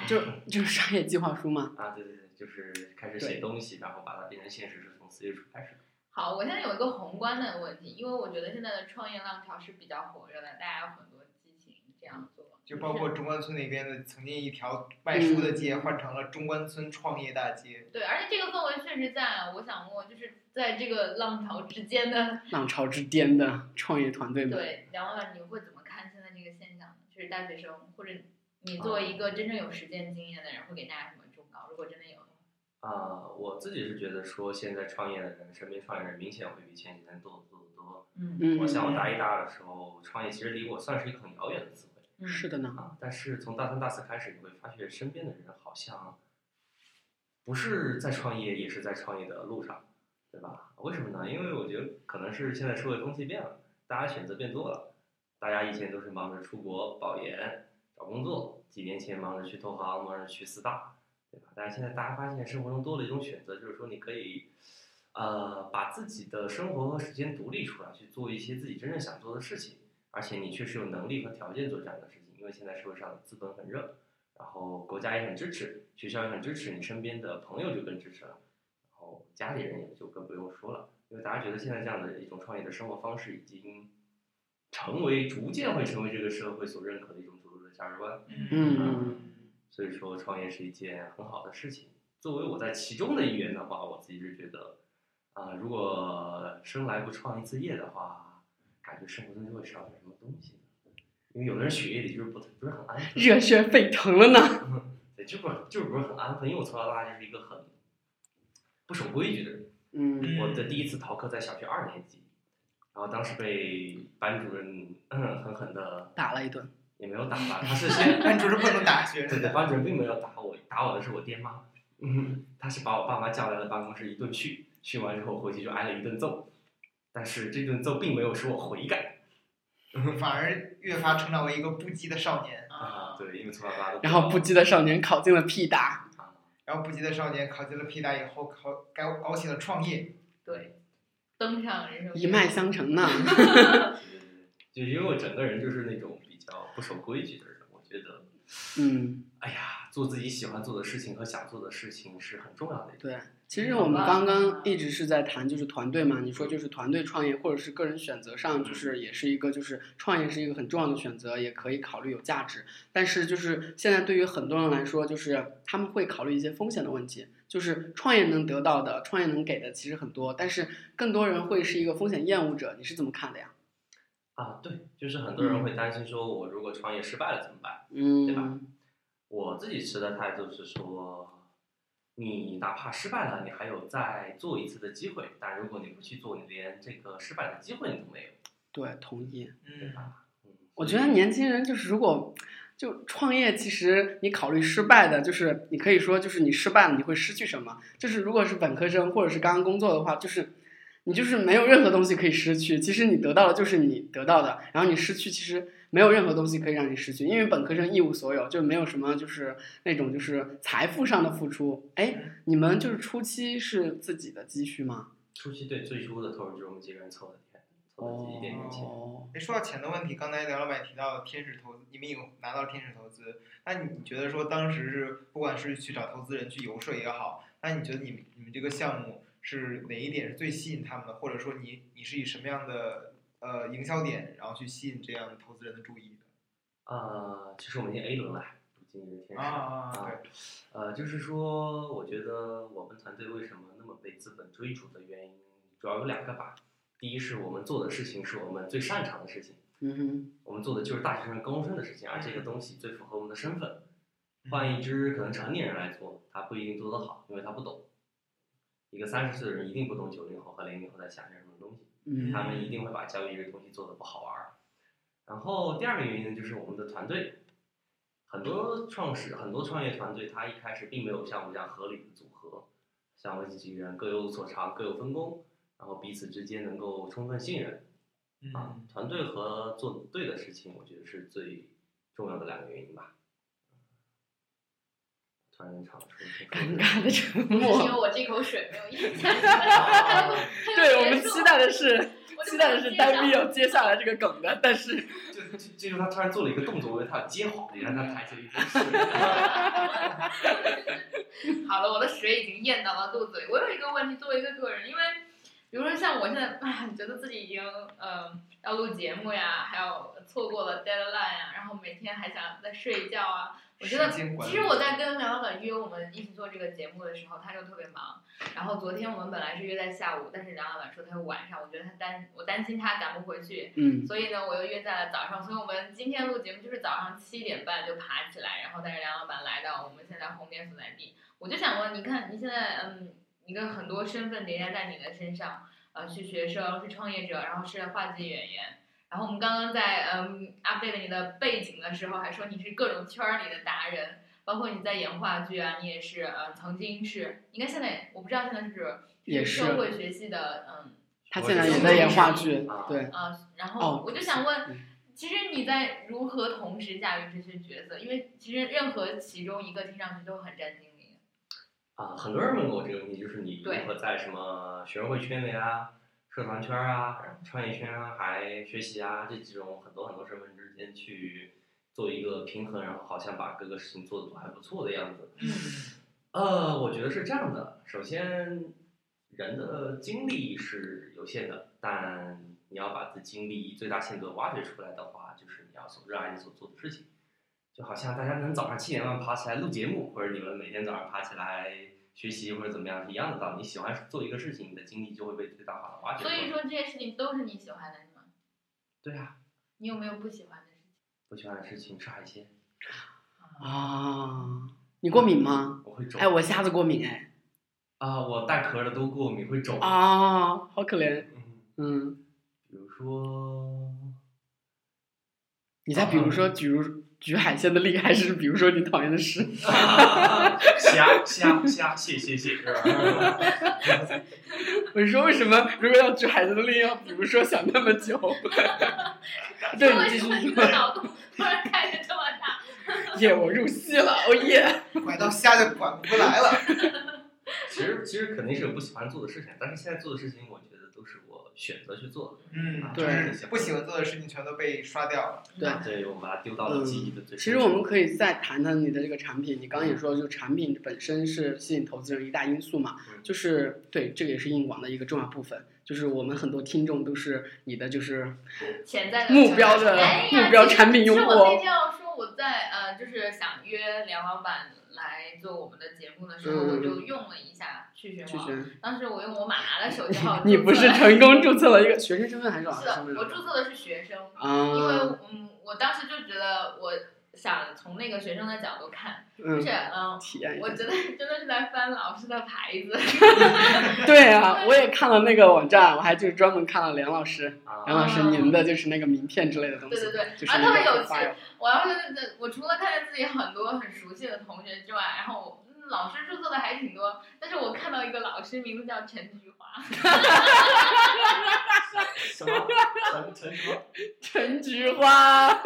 Speaker 5: 就就是商业计划书嘛。
Speaker 1: 啊，对对对，就是开始
Speaker 5: 对
Speaker 1: 写东西，然后把它变成现实，是从四月初开始的。
Speaker 4: 好，我现在有一个宏观的问题，因为我觉得现在的创业浪潮是比较火热的，大家有很多激情这样做。
Speaker 3: 就包括中关村那边的曾经一条
Speaker 5: 嗯
Speaker 3: 卖书的街换成了中关村创业大街，
Speaker 4: 对，而且这个氛围确实在，我想问，就是在这个浪潮之间的
Speaker 5: 浪潮之巅的创业团队们，
Speaker 4: 对，梁老板，你会怎么看现在这个现象呢？就是大学生，或者你作为一个真正有实践经验的人，会给大家什么忠告？如果真的有的话，
Speaker 1: 啊、我自己是觉得说，现在创业的人，身边创业人明显会比前几年多得多得多。
Speaker 4: 嗯
Speaker 5: 嗯
Speaker 1: 我，像我大一、大二的时候，创业其实离我算是一个很遥远的词汇。
Speaker 4: 嗯，
Speaker 5: 是的呢，
Speaker 1: 啊，但是从大三、大四开始，你会发现身边的人好像不是在创业，也是在创业的路上，对吧？为什么呢？因为我觉得可能是现在社会风气变了，大家选择变多了。大家以前都是忙着出国、保研、找工作，几年前忙着去投行，忙着去四大，对吧？但是现在大家发现生活中多了一种选择，就是说你可以。呃，把自己的生活和时间独立出来，去做一些自己真正想做的事情。而且你确实有能力和条件做这样的事情，因为现在社会上资本很热，然后国家也很支持，学校也很支持，你身边的朋友就更支持了，然后家里人也就更不用说了，因为大家觉得现在这样的一种创业的生活方式已经成为逐渐会成为这个社会所认可的一种主流的价值观，
Speaker 5: 嗯，
Speaker 1: 所以说创业是一件很好的事情。作为我在其中的一员的话，我自己是觉得，啊、如果生来不创一次业的话，感觉生活中就会少点什么东西。因为有的人血液里就是不不是很安分，
Speaker 5: 热血沸腾了呢。
Speaker 1: 对，就不就是不是很安分。因为我从小到大就是一个很不守规矩的人。
Speaker 5: 嗯
Speaker 1: 我的第一次逃课在小学二年级，然后当时被班主任、 <clears throat> 嗯狠狠的
Speaker 5: 打了一顿，
Speaker 1: 也没有打
Speaker 3: <laughs>
Speaker 1: 吧，他是先
Speaker 3: 班主任不能打学
Speaker 1: 对
Speaker 3: 生
Speaker 1: 对，
Speaker 3: 的，
Speaker 1: 班主任并没有打我，打我的是我爹妈。嗯，他是把我爸妈叫来了办公室一顿训，训完之后回去就挨了一顿揍，但是这顿揍并没有使我悔改
Speaker 3: 反而越发成长为一个不羁的少年。
Speaker 1: 啊。对，因为从小到大都
Speaker 5: 然后不羁的少年考进了 P 大，
Speaker 1: 啊，
Speaker 3: 然后不羁的少年考进了 P 大以后，考搞搞起了创业，
Speaker 4: 对，登上人生
Speaker 5: 一脉相承呢。
Speaker 1: 对对对，就因为我整个人就是那种比较不守规矩的人，我觉得，
Speaker 5: <laughs> 嗯，
Speaker 1: 哎呀，做自己喜欢做的事情和想做的事情是很重要的一点。
Speaker 5: 对。其实我们刚刚一直是在谈就是团队嘛，你说就是团队创业或者是个人选择上，就是也是一个就是创业是一个很重要的选择，也可以考虑有价值。但是就是现在对于很多人来说，就是他们会考虑一些风险的问题，就是创业能得到的、创业能给的其实很多，但是更多人会是一个风险厌恶者，你是怎么看的呀？
Speaker 1: 啊，对，就是很多人会担心说，我如果创业失败了怎么办？
Speaker 5: 嗯，
Speaker 1: 对吧？我自己持的态度是说，你哪怕失败了，你还有再做一次的机会。但如果你不去做，你连这个失败的机会你都没有，
Speaker 5: 对，同意。
Speaker 1: 对
Speaker 3: 嗯，
Speaker 1: 吧？嗯，
Speaker 5: 我觉
Speaker 1: 所以
Speaker 5: 得年轻人就是如果就创业，其实你考虑失败的，就是你可以说就是你失败了，你会失去什么？就是如果是本科生或者是刚刚工作的话，就是你就是没有任何东西可以失去。其实你得到的就是你得到的，然后你失去其实没有任何东西可以让你失去，因为本科生一无所有，就没有什么就是那种就是财富上的付出。哎，你们就是初期是自己的积蓄吗？
Speaker 1: 初期对最初的投入就是我们几个人凑的钱，凑的几一点点钱。
Speaker 5: 哦，
Speaker 3: 哎，说到钱的问题，刚才梁老板提到天使投资，你们有拿到天使投资，那你觉得说当时是不管是去找投资人去游说也好，那你觉得你们你们这个项目是哪一点是最吸引他们的，或者说你你是以什么样的呃营销点，然后去吸引这样的投资人的注意的？
Speaker 1: 呃，其实我们已经 A 轮了，今年的天使。
Speaker 3: 啊
Speaker 1: 啊
Speaker 3: 对，
Speaker 1: 呃，就是说，我觉得我们团队为什么那么被资本追逐的原因，主要有两个吧。第一是我们做的事情是我们最擅长的事情。
Speaker 5: 嗯哼，
Speaker 1: 我们做的就是大学生、高中生的事情，而这个东西最符合我们的身份。换一支可能成年人来做，他不一定做得好，因为他不懂。一个三十岁的人一定不懂九零后和零零后在想些什么东西，
Speaker 5: 嗯
Speaker 1: 他们一定会把教育这个东西做得不好玩儿。然后第二个原因呢，就是我们的团队，很多创始、很多创业团队，他一开始并没有像我们这样合理的组合，像我们几个人各有所长、各有分工，然后彼此之间能够充分信任。啊
Speaker 3: 嗯，
Speaker 1: 团队和做对的事情，我觉得是最重要的两个原因吧。突然间长出
Speaker 5: 尴
Speaker 1: <laughs>
Speaker 5: 尬的沉
Speaker 4: 是因为
Speaker 5: 默。
Speaker 4: 我这口水没有咽下去。
Speaker 5: <laughs>
Speaker 4: 他就
Speaker 5: 对我们期待的是，
Speaker 4: 我就
Speaker 5: 期待的是
Speaker 4: 没有接上
Speaker 5: 单逼有接下来这个梗的，但是
Speaker 1: 就 <laughs> 就就是他突然做了一个动作，我以为他要接好，也让他抬起了一口水。
Speaker 4: <laughs> 好了，我的水已经咽到了肚子里。我有一个问题，作为一个个人，因为比如说像我现在，哎，觉得自己已经呃要录节目呀，还有错过了 deadline 呀，然后每天还想再睡一觉啊。我觉得
Speaker 3: 时间管理
Speaker 4: 其实我在跟梁老板约我们一起做这个节目的时候，他就特别忙。然后昨天我们本来是约在下午，但是梁老板说他晚上，我觉得他担我担心他赶不回去，
Speaker 5: 嗯，
Speaker 4: 所以呢，我又约在了早上，所以我们今天录节目就是早上七点半就爬起来，然后带着梁老板来到我们现在红点所在地。我就想问，你看你现在嗯，一个很多身份叠加在你的身上，呃，是学生，是创业者，然后是话剧演员。然后我们刚刚在嗯 update 你的背景的时候，还说你是各种圈儿里的达人，包括你在演话剧啊，你也是呃曾经是，应该现在我不知道现在是不是
Speaker 5: 也是
Speaker 4: 社会学系的嗯
Speaker 5: <laughs> 他现在也在演话剧
Speaker 1: 啊，
Speaker 5: 对，
Speaker 4: 啊，然
Speaker 5: 哦
Speaker 4: 后我就想问
Speaker 5: 嗯，
Speaker 4: 其实你在如何同时驾驭这些角色？因为其实任何其中一个听上去都很占精力。
Speaker 1: <laughs> 啊，很多人问过我这个问题，就是你如
Speaker 4: 对
Speaker 1: 何在什么学生会圈里啊、社团圈啊、创业圈啊，还学习啊这几种很多很多身份之间去做一个平衡，然后好像把各个事情做的都还不错的样子。呃，我觉得是这样的。首先，人的精力是有限的，但你要把自己精力最大限度地挖掘出来的话，就是你要所热爱你所做的事情。就好像大家能早上七点半爬起来录节目，或者你们每天早上爬起来学习或者怎么样是一样的道理。你喜欢做一个事情，你的精力就会被最大化的
Speaker 5: 啊
Speaker 1: 挖掘出
Speaker 4: 所
Speaker 1: 来。
Speaker 4: 以说这些事情都是你喜欢的，是吗？
Speaker 1: 对啊，
Speaker 4: 你有没有不喜欢的事情？
Speaker 1: 不喜欢的事情吃海鲜，
Speaker 5: 啊，你过敏吗？
Speaker 1: 我会肿。
Speaker 5: 哎，我虾子过敏哎，
Speaker 1: 啊、我带壳的都过敏，会肿。
Speaker 5: 啊，好可怜。
Speaker 1: 嗯，
Speaker 5: 嗯，
Speaker 1: 比如说，
Speaker 5: 你再比如说，举如举海鲜的例，还是比如说你讨厌的事？
Speaker 1: <laughs>
Speaker 5: <laughs>
Speaker 1: 虾虾虾，谢谢谢。
Speaker 4: <laughs>
Speaker 1: 是吧
Speaker 5: 我是说，为什么如果要举海鲜的例，要比如说想那么久？ <laughs> 对，
Speaker 4: 为
Speaker 5: 你继
Speaker 4: 什
Speaker 5: 续
Speaker 4: 么你的
Speaker 5: 说。
Speaker 4: 脑洞突然开的这么大？
Speaker 5: <laughs> 耶，我入戏了，哦耶！
Speaker 3: 拐到虾就拐不回来了。
Speaker 1: 其实其实肯定是有不喜欢做的事情，但是现在做的事情，我觉得都是我选择去做的。
Speaker 3: 嗯，
Speaker 5: 对
Speaker 3: 就是不喜欢做的事情全都被刷掉了。
Speaker 5: 对
Speaker 1: 对，我把它丢到了记忆的最深处。
Speaker 5: 嗯
Speaker 1: 嗯
Speaker 5: 其实我们可以再谈谈你的这个产品。你刚刚也说，就产品本身是吸引投资人一大因素嘛，
Speaker 1: 嗯
Speaker 5: 就是对，这个也是硬广的一个重要部分。就是我们很多听众都是你的，就是
Speaker 4: 潜在的
Speaker 5: 目标的
Speaker 4: 哎呀
Speaker 5: 目标产品用户
Speaker 4: 其实我那天要说我在呃，就是想约梁老板来做我们的节目的时候，
Speaker 5: 嗯
Speaker 4: 我就用了一下去
Speaker 5: 拒
Speaker 4: 学网。
Speaker 5: 绝。
Speaker 4: 当时我用我妈妈的手机号
Speaker 5: <laughs> 你不是
Speaker 4: 注册 <laughs>
Speaker 5: 成功注册了一个学生身份还是老师
Speaker 4: 是的
Speaker 5: 身份，来
Speaker 4: 我
Speaker 5: 着
Speaker 4: 注册的是学生，因为
Speaker 5: 啊，
Speaker 4: 嗯，我当时就觉得我想从那个学生的角度看，就
Speaker 5: 嗯
Speaker 4: 是，嗯。
Speaker 5: 体验一
Speaker 4: 我
Speaker 5: 下。
Speaker 4: 觉得真的是在翻老师的牌子， <laughs>
Speaker 5: 对啊，我也看了那个网站，我还就是专门看了梁老师，
Speaker 1: 啊
Speaker 5: 梁老师
Speaker 4: 哦
Speaker 5: 您的就是那个名片之类的东西，
Speaker 4: 对对对
Speaker 5: 就是
Speaker 4: 啊
Speaker 5: 那个
Speaker 4: 特别有趣
Speaker 5: profile
Speaker 4: 我要是我除了看见自己很多很熟悉的同学之外，然后我嗯老师注册的还挺多，但是我看到一个老师名字叫陈菊花，
Speaker 1: 什么？陈陈什么？
Speaker 4: <laughs>
Speaker 5: 陈菊花， <laughs>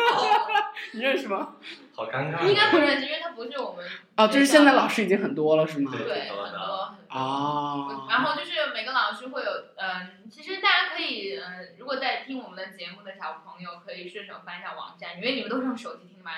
Speaker 5: 你认识吗？
Speaker 1: 好尴尬。
Speaker 4: 应该不认识，因为他不是我们
Speaker 5: 哦，就是现在老
Speaker 4: 师
Speaker 5: 师已经很多了是吗？
Speaker 1: 对
Speaker 4: 对
Speaker 1: 挺多的
Speaker 4: 很多很多
Speaker 5: 哦，
Speaker 4: 然后就是每个老师会有，嗯、其实大家可以，嗯、如果在听我们的节目的小朋友，可以顺手翻一下网站，因为你们都是用手机听吧，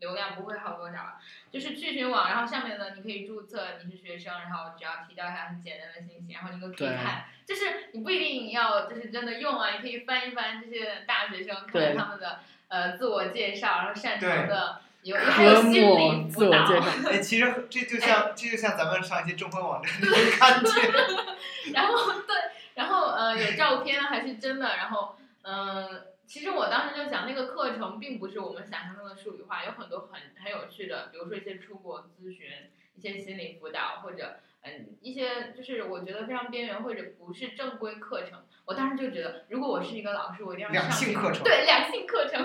Speaker 4: 流量不会好多少啊。就是去群网，然后上面呢，你可以注册你是学生，然后只要提交一下很简单的信息，然后你都可以
Speaker 5: 对
Speaker 4: 看。就是你不一定要就是真的用啊，你可以翻一翻这些大学生，看看
Speaker 5: 对
Speaker 4: 他们的呃自我介绍，然后擅长
Speaker 3: 对
Speaker 4: 的有还有
Speaker 5: 科
Speaker 4: 心理
Speaker 5: 目
Speaker 4: 辅
Speaker 5: 自我
Speaker 4: 导。
Speaker 5: 介绍，
Speaker 3: 哎，其实这就像这就像咱们上一期征婚网站那个看
Speaker 4: <laughs>
Speaker 3: 见，
Speaker 4: 然后对，然后呃有照片还是真的，然后嗯、呃其实我当时就想，那个课程并不是我们想象中的术语化，有很多很很有趣的，比如说一些出国咨询、一些心理辅导或者。嗯，一些就是我觉得非常边缘或者不是正规课程，我当时就觉得，如果我是一个老师，我一定要上
Speaker 3: 两性课程
Speaker 4: 对两性课程，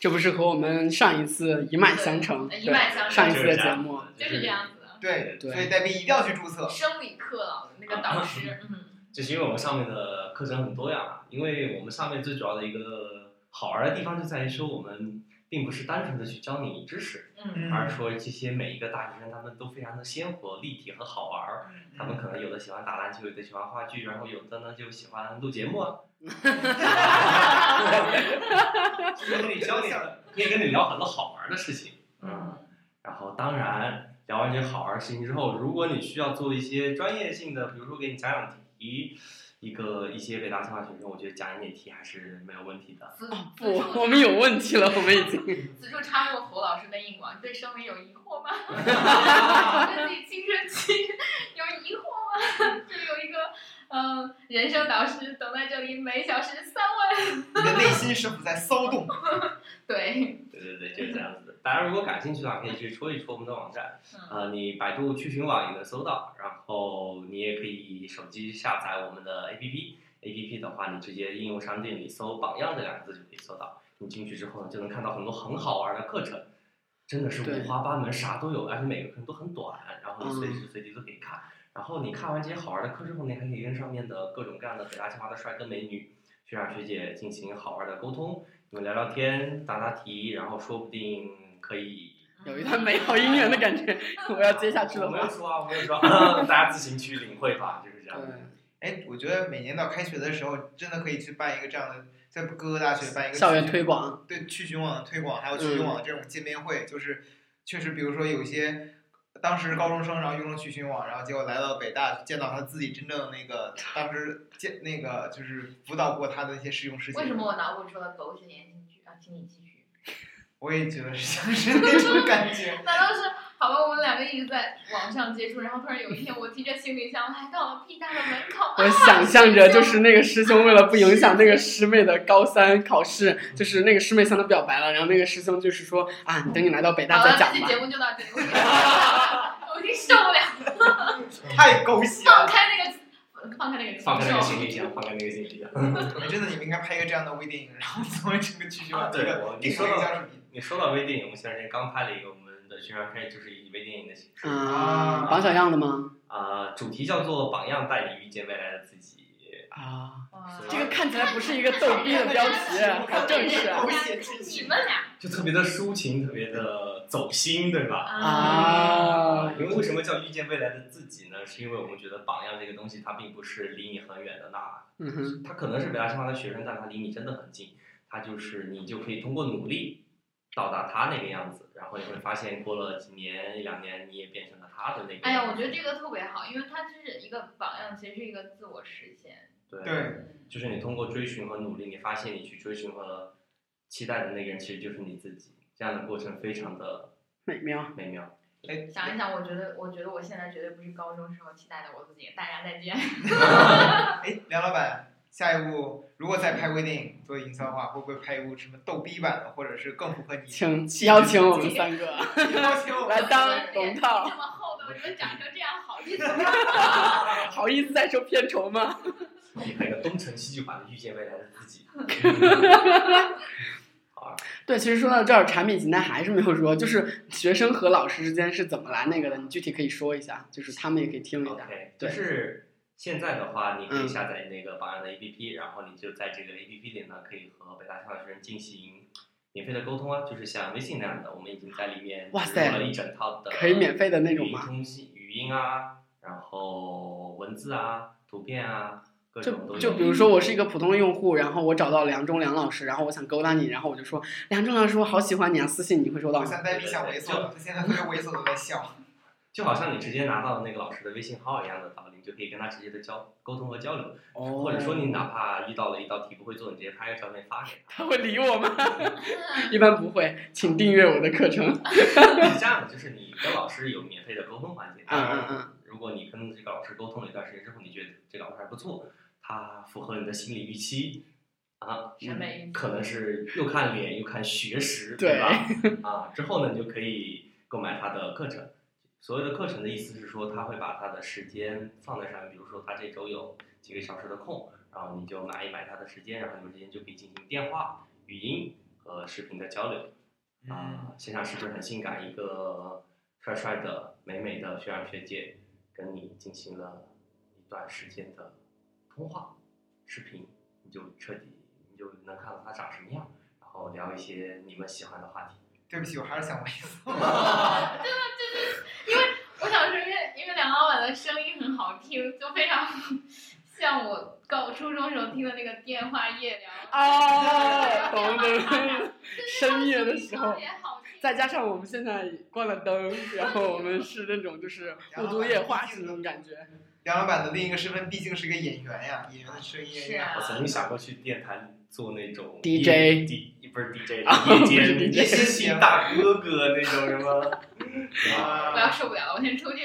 Speaker 5: 这不是和我们上一次一脉相承，
Speaker 4: 呃对一
Speaker 5: 对
Speaker 4: 脉相
Speaker 5: 上
Speaker 4: 承
Speaker 5: 一次的节目啊
Speaker 1: 就
Speaker 4: 就是是这
Speaker 1: 这样
Speaker 4: 样子的。
Speaker 3: 对，
Speaker 5: 对
Speaker 3: 所以戴斌一定要去注册。
Speaker 4: 生理课老那个导师，嗯，
Speaker 1: 就是因为我们上面的课程很多样啊，因为我们上面最主要的一个好玩的地方就在于说我们。并不是单纯的去教你知识，
Speaker 4: 嗯
Speaker 1: 而是说这些每一个大学生他们都非常的鲜活、立体和好玩儿。
Speaker 4: 嗯
Speaker 1: 他们可能有的喜欢打篮球，有的喜欢话剧，然后有的呢就喜欢录节目
Speaker 4: <laughs>
Speaker 1: 啊。就是给你教你，也跟你聊很多好玩的事情。
Speaker 4: 嗯，
Speaker 1: 然后当然聊完这些好玩的事情之后，如果你需要做一些专业性的，比如说给你讲讲题，一个一些北大清华学生，我觉得讲一点题还是没有问题的。
Speaker 4: 此
Speaker 5: 嗯哦不，我们有问题了，我们已经。 <laughs>
Speaker 4: 此处插入侯老师的硬广，对生理有疑惑
Speaker 1: <laughs>
Speaker 4: 吗？对自己青春期有疑惑吗？ <laughs> 这里有一个呃人生导师等在这里，每小时三万。
Speaker 3: 你的内心是否在骚动？
Speaker 4: 对，
Speaker 1: 对对对，就是这样子的。大家如果感兴趣的话，可以去戳一戳我们的网站，
Speaker 4: 嗯，
Speaker 1: 呃，你百度去寻网也能搜到，然后你也可以手机下载我们的 APP。APP 的话，你直接应用商店里搜“榜样”这两个字就可以搜到。你进去之后呢，就能看到很多很好玩的课程，真的是
Speaker 5: 对
Speaker 1: 五花八门，啥都有，而且每个课程都很短，然后你随时随地都啊可以看。然后你看完这些好玩的课之后，你还可以跟上面的各种各样的北大清华的帅哥美女、学长学姐进行好玩的沟通，你们聊聊天、答答题，然后说不定可以
Speaker 5: 有一段美好姻缘的感觉， <laughs> 我要接下去了
Speaker 1: 我没有
Speaker 5: 吗？
Speaker 1: 说啊，我没有说啊， <laughs> 大家自行去领会吧，就是这样。
Speaker 5: 对，
Speaker 3: 哎，我觉得每年到开学的时候，真的可以去办一个这样的，在各个大学办一个
Speaker 5: <laughs> 校园
Speaker 3: 去
Speaker 5: 推广，嗯
Speaker 3: 对去寻网的推广，还有去寻网的这种见面会，就是确实，比如说有一些当时是高中生，然后用了去寻网，然后结果来到北大，见到他自己真正那个当时见那个就是辅导过他的那些实用事情。
Speaker 4: 为什么我脑补出了狗屎言情剧啊？请你继续。
Speaker 3: 我也觉得是像是那种感觉。
Speaker 4: 难道是？好吧，我们两个一直在网上接触，然后突然有一天，我提着行李箱来到了 P 大的门
Speaker 1: <laughs>
Speaker 4: 口。
Speaker 5: 我想象着就是那个师兄为了不影响那个师妹的高三考
Speaker 4: <laughs>
Speaker 5: 试，就是那个师妹向他表白了，然后那个师兄就是说啊，你等你来到北大
Speaker 4: 好了
Speaker 5: 再，
Speaker 4: 这
Speaker 5: 讲
Speaker 4: 期
Speaker 5: 吧
Speaker 4: 节。目就到这里， <laughs> 我已经我已经受不了，
Speaker 3: 太狗血
Speaker 1: <laughs>
Speaker 4: 放
Speaker 3: 了！
Speaker 4: 开那个，放开那个，
Speaker 1: 放开那个行李
Speaker 5: 啊
Speaker 1: 箱，放开那个行李箱。
Speaker 3: 你们真的，你们应该拍一个这样的微电影，然后作为这个去寻
Speaker 1: 啊
Speaker 3: 网这
Speaker 1: 对
Speaker 3: 个
Speaker 1: 我你
Speaker 3: 定
Speaker 1: 说
Speaker 3: 位
Speaker 1: 到
Speaker 3: 叫什么？
Speaker 1: 你说到微电影，我们前段时间刚拍了一个我们的宣传片，就是以微电影的形式
Speaker 5: 啊，绑小样的吗？
Speaker 1: 啊、主题叫做“榜样带你遇见未来的自己
Speaker 5: 啊，
Speaker 4: 哇
Speaker 5: 这个看起来不是一个逗逼的标题，好正式啊
Speaker 4: 人家看你们俩”，
Speaker 1: 就特别的抒情，特别的走心，对吧？
Speaker 5: 啊！
Speaker 1: 因为为什么叫遇见未来的自己呢？是因为我们觉得榜样这个东西，它并不是离你很远的那
Speaker 5: 嗯哼，
Speaker 1: 他可能是北大清华的学生，但他离你真的很近，他就是你就可以通过努力到达他那个样子，然后你会发现过了几年一两年，你也变成了他的那个
Speaker 4: 哎
Speaker 1: 样
Speaker 4: 呀，
Speaker 1: 子。
Speaker 4: 我觉得这个特别好，因为它是一个榜样，其实是一个自我实现。
Speaker 1: 对，
Speaker 3: 对，
Speaker 1: 就是你通过追寻和努力，你发现你去追寻和期待的那个人其实就是你自己，这样的过程非常的
Speaker 5: 美妙。
Speaker 1: 美妙。 <laughs>
Speaker 3: 哎，
Speaker 4: 想一想，我觉得，我觉得我现在绝对不是高中时候期待的我自己。大家再见。
Speaker 3: 哎，梁老板，下一步如果再拍微电影做营销的话，会不会拍一部什么逗逼版的，或者是更符合你
Speaker 5: 请
Speaker 3: 气质
Speaker 5: 邀请我们三个 <laughs>
Speaker 3: 邀请我
Speaker 5: 来
Speaker 3: 们？
Speaker 5: 当龙套，
Speaker 4: 这么厚的，你们长成这样好意思吗？
Speaker 5: 好意思再说片酬吗？
Speaker 1: 你拍个东成西就版的《遇见未来的自己》 <laughs>
Speaker 5: 对，其实说到这儿，产品形态还是没有说，就是学生和老师之间是怎么来那个的，你具体可以说一下，就是他们也可以听一下。
Speaker 1: ，OK，就
Speaker 5: 对
Speaker 1: 是。现在的话，你可以
Speaker 5: 嗯
Speaker 1: 下载那个榜样的 APP，、然后你就在这个 APP 里呢，可以和北大清华学生进行免费的沟通啊，就是像微信那样的，我们已经在里面
Speaker 5: 哇
Speaker 1: 植入
Speaker 5: 塞
Speaker 1: 了一整套的
Speaker 5: 可以免费的那种
Speaker 1: 语音
Speaker 5: 吗？
Speaker 1: 通信、语音啊，然后文字啊、图片啊，各种都
Speaker 5: 就
Speaker 1: 有。
Speaker 5: 就比如说我是一个普通的用户，然后我找到梁中梁老师，然后我想勾搭你，然后我就说梁中老师，我好喜欢你啊，私信你会收到
Speaker 3: 我
Speaker 5: 吗？
Speaker 3: 现在比想猥琐，他现在特别猥琐的在笑。
Speaker 1: 就好像你直接拿到那个老师的微信号一样的道理，你就可以跟他直接的交沟通和交流，
Speaker 5: 哦
Speaker 1: 或者说你哪怕遇到了一道题不会做，你直接拍个照片发给他
Speaker 5: 他。会理
Speaker 1: <laughs>
Speaker 5: 我吗？一般不会，请订阅我的课程。 <laughs>
Speaker 1: 是这样的，就是你跟老师有免费的沟通环节。
Speaker 5: 嗯嗯嗯，
Speaker 1: 如果你跟这个老师沟通了一段时间之后，你觉得这个老师还不错，他符合你的心理预期，啊，
Speaker 4: 审美意见
Speaker 1: 可能是又看脸又看学识，
Speaker 5: 对
Speaker 1: 吧？啊，之后呢，你就可以购买他的课程。所谓的课程的意思是说，他会把他的时间放在上面，比如说他这周有几个小时的空，然后你就买一买他的时间，然后你们之间就可以进行电话、语音和视频的交流。
Speaker 3: 嗯
Speaker 1: 啊、
Speaker 5: 嗯
Speaker 1: 现场是不是很性感？一个帅帅的、美美的学长学姐跟你进行了一段时间的通话视频，你就彻底你就能看到他长什么样，然后聊一些你们喜欢的话题。
Speaker 3: 对不起，我还是想回去。
Speaker 4: 我想说，因为因为梁老板的声音很好听，就非常像我高初中时候听的那个电话夜聊。
Speaker 5: 啊，懂懂。深夜的
Speaker 4: <laughs>
Speaker 5: 时候
Speaker 4: 也好
Speaker 5: <laughs>
Speaker 4: 听。
Speaker 5: 再加上我们现在关了灯， <laughs> 然后我们是那种就是雾都夜话是那种感觉。
Speaker 3: 梁老板的另一个身份毕竟是个演员呀，演员的声音
Speaker 4: 是
Speaker 3: 呀。
Speaker 4: 啊
Speaker 1: <laughs> 我曾经想过去电台做那种
Speaker 5: DJ
Speaker 1: 夜，D 不是
Speaker 5: <laughs>
Speaker 1: DJ，
Speaker 5: 啊
Speaker 1: 夜
Speaker 5: 不是
Speaker 1: 间
Speaker 5: DJ
Speaker 1: 夜行大哥哥那种
Speaker 5: <laughs>
Speaker 1: 什么。啊
Speaker 4: 我要受不了了，我先出
Speaker 1: <laughs>
Speaker 4: 去。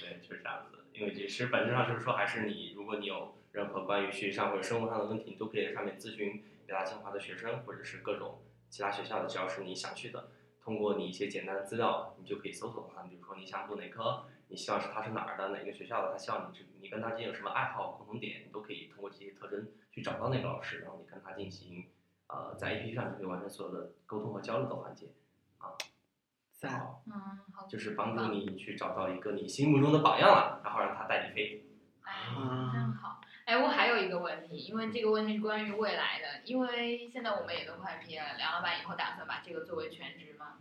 Speaker 1: 对，就是这样子的。因为其实本质上就是说，还是你，如果你有任何关于学习上或者生活上的问题，你都可以在上面咨询北大清华的学生，或者是各种其他学校的，只要是你想去的，通过你一些简单的资料，你就可以搜索他们，比如说你想读哪科，你希望是他是哪儿的，哪个学校的，他希望你这你跟他之间有什么爱好共同点，你都可以通过这些特征去找到那个老师，然后你跟他进行呃在 APP 上就可以完成所有的沟通和交流的环节。啊
Speaker 5: 赞，
Speaker 1: 好，
Speaker 4: 嗯，好。
Speaker 1: 就是帮助你去找到一个你心目中的榜样了，然后让他带你飞。
Speaker 4: 哎，真好。哎，我还有一个问题，因为这个问题是关于未来的，因为现在我们也都快毕业了，梁老板以后打算把这个作为全职吗？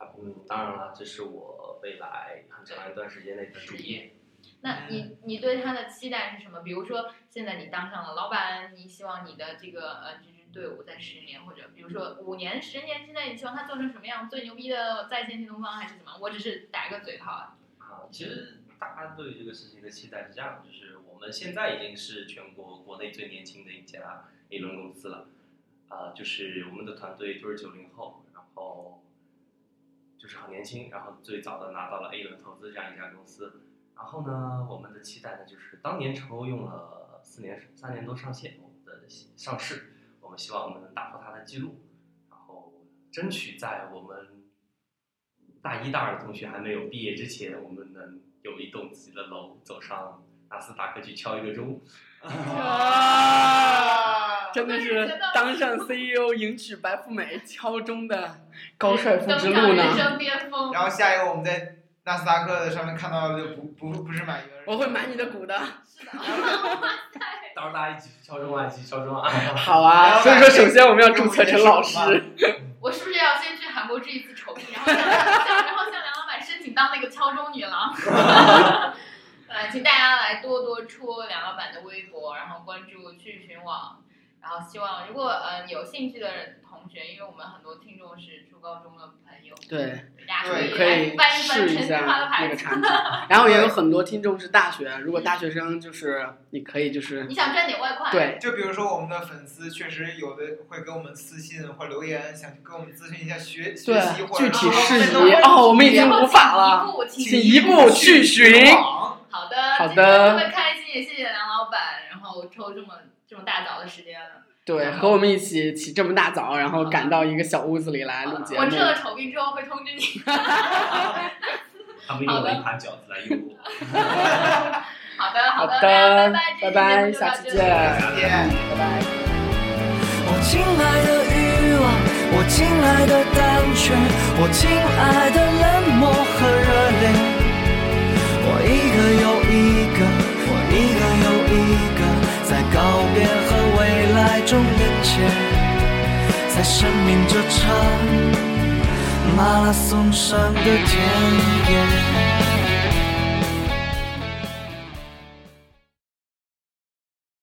Speaker 1: 嗯，当然了，这是我未来很长一段时间内的主
Speaker 4: 职
Speaker 1: 业。
Speaker 4: 业。
Speaker 1: 嗯
Speaker 4: 那你你对他的期待是什么？比如说，现在你当上了老板，你希望你的这个呃这支队伍在十年，或者比如说五年、十年之内，你希望他做成什么样？最牛逼的在线新东方还是怎么？我只是打一个嘴炮啊。
Speaker 1: 啊，其实大家对这个事情的期待是这样，就是我们现在已经是全国国内最年轻的一家 A 轮公司了，啊、就是我们的团队都是九零后，然后就是很年轻，然后最早的拿到了 A 轮投资这样一家公司，然后呢，我们的期待呢就是当年筹用了四年三年多上线，我们的上市，我们希望我们能打破它的记录，然后争取在我们大一、大二的同学还没有毕业之前，我们能有一栋自己的楼，走上纳斯达克去敲一个钟。
Speaker 5: 啊真的是当上 CEO 迎娶白富美敲钟的高帅富
Speaker 4: 登
Speaker 5: 之
Speaker 4: 上
Speaker 5: 路
Speaker 4: 人
Speaker 5: 呢？
Speaker 4: 生巅峰。
Speaker 3: 然后下一个我们在纳斯达克的上面看到的就不不不是买一个人，
Speaker 5: 我会买你的股的。
Speaker 4: 是的，哇塞！
Speaker 1: 到时候大家一起去敲钟啊，一起去敲钟啊！
Speaker 5: <laughs>
Speaker 1: <laughs>
Speaker 5: 好啊， <laughs> 所以说首先我们要注册成老师。
Speaker 4: 我是不是要先去韩国追一次丑聘，然后向然后向梁 <laughs> 老板申请当那个敲钟女郎？ <laughs> 呃，请大家来多多戳梁老板的微博，然后关注去寻网，然后希望如果呃有兴趣的同学，因为我们很多听众是初高中的朋友，
Speaker 5: <laughs> 对，
Speaker 4: 大家
Speaker 3: 对
Speaker 5: 可
Speaker 4: 以
Speaker 5: 以
Speaker 4: 来翻一翻
Speaker 5: 试一
Speaker 4: 陈
Speaker 5: 下
Speaker 4: 花的
Speaker 5: 那
Speaker 4: 牌
Speaker 5: 个
Speaker 4: 子。
Speaker 5: 产品。然后也有很多听众是大学，如果大学生就是你可以就是
Speaker 4: 你想赚点外快？，
Speaker 5: 对
Speaker 3: 就比如说我们的粉丝确实有的会给我们私信或留言，想跟我们咨询一下啊学学习或者
Speaker 5: 具体事
Speaker 3: 是
Speaker 5: 宜哦，我们已经无法了，
Speaker 4: 后请移步，
Speaker 5: 请移步去寻。
Speaker 4: 好的，
Speaker 5: 好
Speaker 4: 今天
Speaker 5: 的
Speaker 4: 特别开心，也谢谢梁老板，然后抽这么这么大早的时间。
Speaker 5: 对，和我们一起起这么大早，然后赶到一个小屋子里来录节
Speaker 4: 嗯我
Speaker 5: 目
Speaker 4: 吃。了丑病之后会通知你。
Speaker 5: <laughs>
Speaker 1: 他们用了一盘饺子来诱惑。
Speaker 4: 好的，好的，
Speaker 5: 好的
Speaker 4: 那拜拜，
Speaker 5: 拜拜
Speaker 4: 这期节目就到这
Speaker 5: 下期
Speaker 4: 里
Speaker 5: 见
Speaker 3: 谢谢。
Speaker 5: 拜拜。
Speaker 2: 我亲爱的欲望，我亲爱的胆怯，我亲爱的冷漠和热烈，我一个又一个，我一个又一个，在告别和未来中连接，在生命这场马拉松上的田野。